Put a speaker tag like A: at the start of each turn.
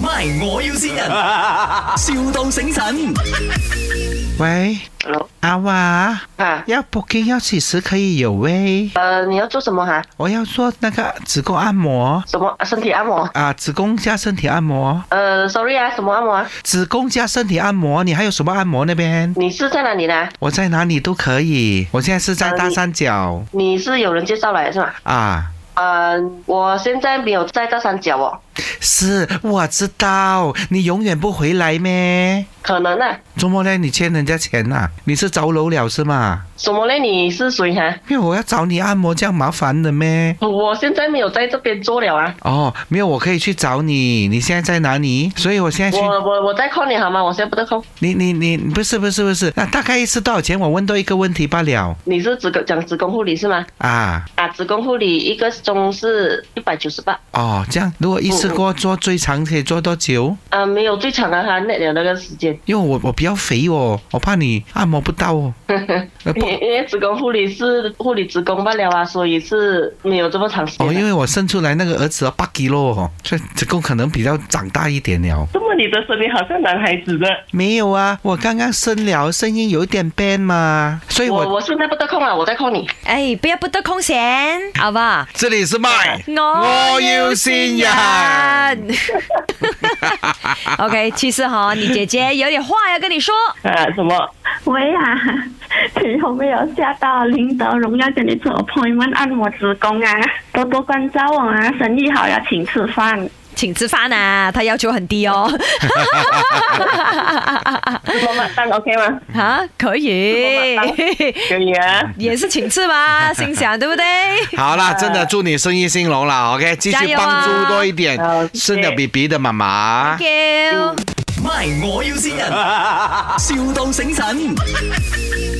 A: My，我要先人，,笑到醒神。
B: 喂，
C: Hello，
B: 阿娃，
C: 啊，
B: 要 booking 要几时可以有喂？
C: 呃，你要做什么哈、
B: 我要做那个子宫按摩
C: 什么身体按摩？
B: 啊，子宫加身体按摩，
C: 呃，sorry 啊，什么按摩啊？
B: 子宫加身体按摩，你还有什么按摩那边？
C: 你是在哪里呢？
B: 我在哪里都可以，我现在是在大三角
C: 你是有人介绍来是吗？
B: 啊。
C: 呃，我现在没有在大三角哦，
B: 是，我知道，你永远不回来咩？
C: 可能啊。
B: 周末呢？你欠人家钱呐、你是着楼了是吗？
C: 什么嘞？你是谁哈、
B: 因为我要找你按摩，这样麻烦的咩？
C: 我现在没有在这边做了啊，
B: 哦，没有，我可以去找你。你现在在哪里？所以我现哎在去，
C: 我我我在空你好吗？我现在不在空。
B: 你你你，不是不是不是，那大概是多少钱？我问多一个问题罢了
C: 你是子宫讲子宫护理是吗？
B: 啊。
C: 啊，子宫护理一个钟是一百九十八，
B: 哦，这样如果一次过做最长可以做多久？
C: 啊，没有最长啊哈，那了那个时间，
B: 因为我我比较肥哦，我怕你按摩不到 哦。呃
C: 因
B: 不
C: 为因为子宫护理是护理子宫罢了啊，所以是没有这么长时间
B: 哦，
C: 的。
B: 因为我生出来那个儿子要八 k 咯，哦，所以子宫可能比较长大一点了。
C: 怎么你的声音好像男孩子的？
B: 没有啊，我刚刚生了，声音有一点变嘛，所以我
C: 我我现在不得空了，我在 call 你。
D: 诶、哎不要不得空闲，好吧？
B: 这里是麦，
D: 我
B: 要先人。
D: OK，其实哈，你姐姐有点话要跟你说。
C: 啊，什么？
E: 喂啊， 你有没有吓到领导荣耀叫你做 appointment 按摩子宫啊？多多关照我啊，生意好要请吃饭。
D: 请吃饭啊，她要求很低哦。
C: 什么麦当 OK 吗？
D: 啊，可以，
C: 可以啊。
D: 也是请吃嘛，心想对不对？
B: 好啦，真的祝你生意兴隆啦，OK，继
D: 加
B: 续
D: 油
B: 帮
D: 啊
B: 助多一点
C: 好谢谢
B: 生了 BB 的妈妈。
D: Thank you。
A: My，我要先人，,笑到醒神。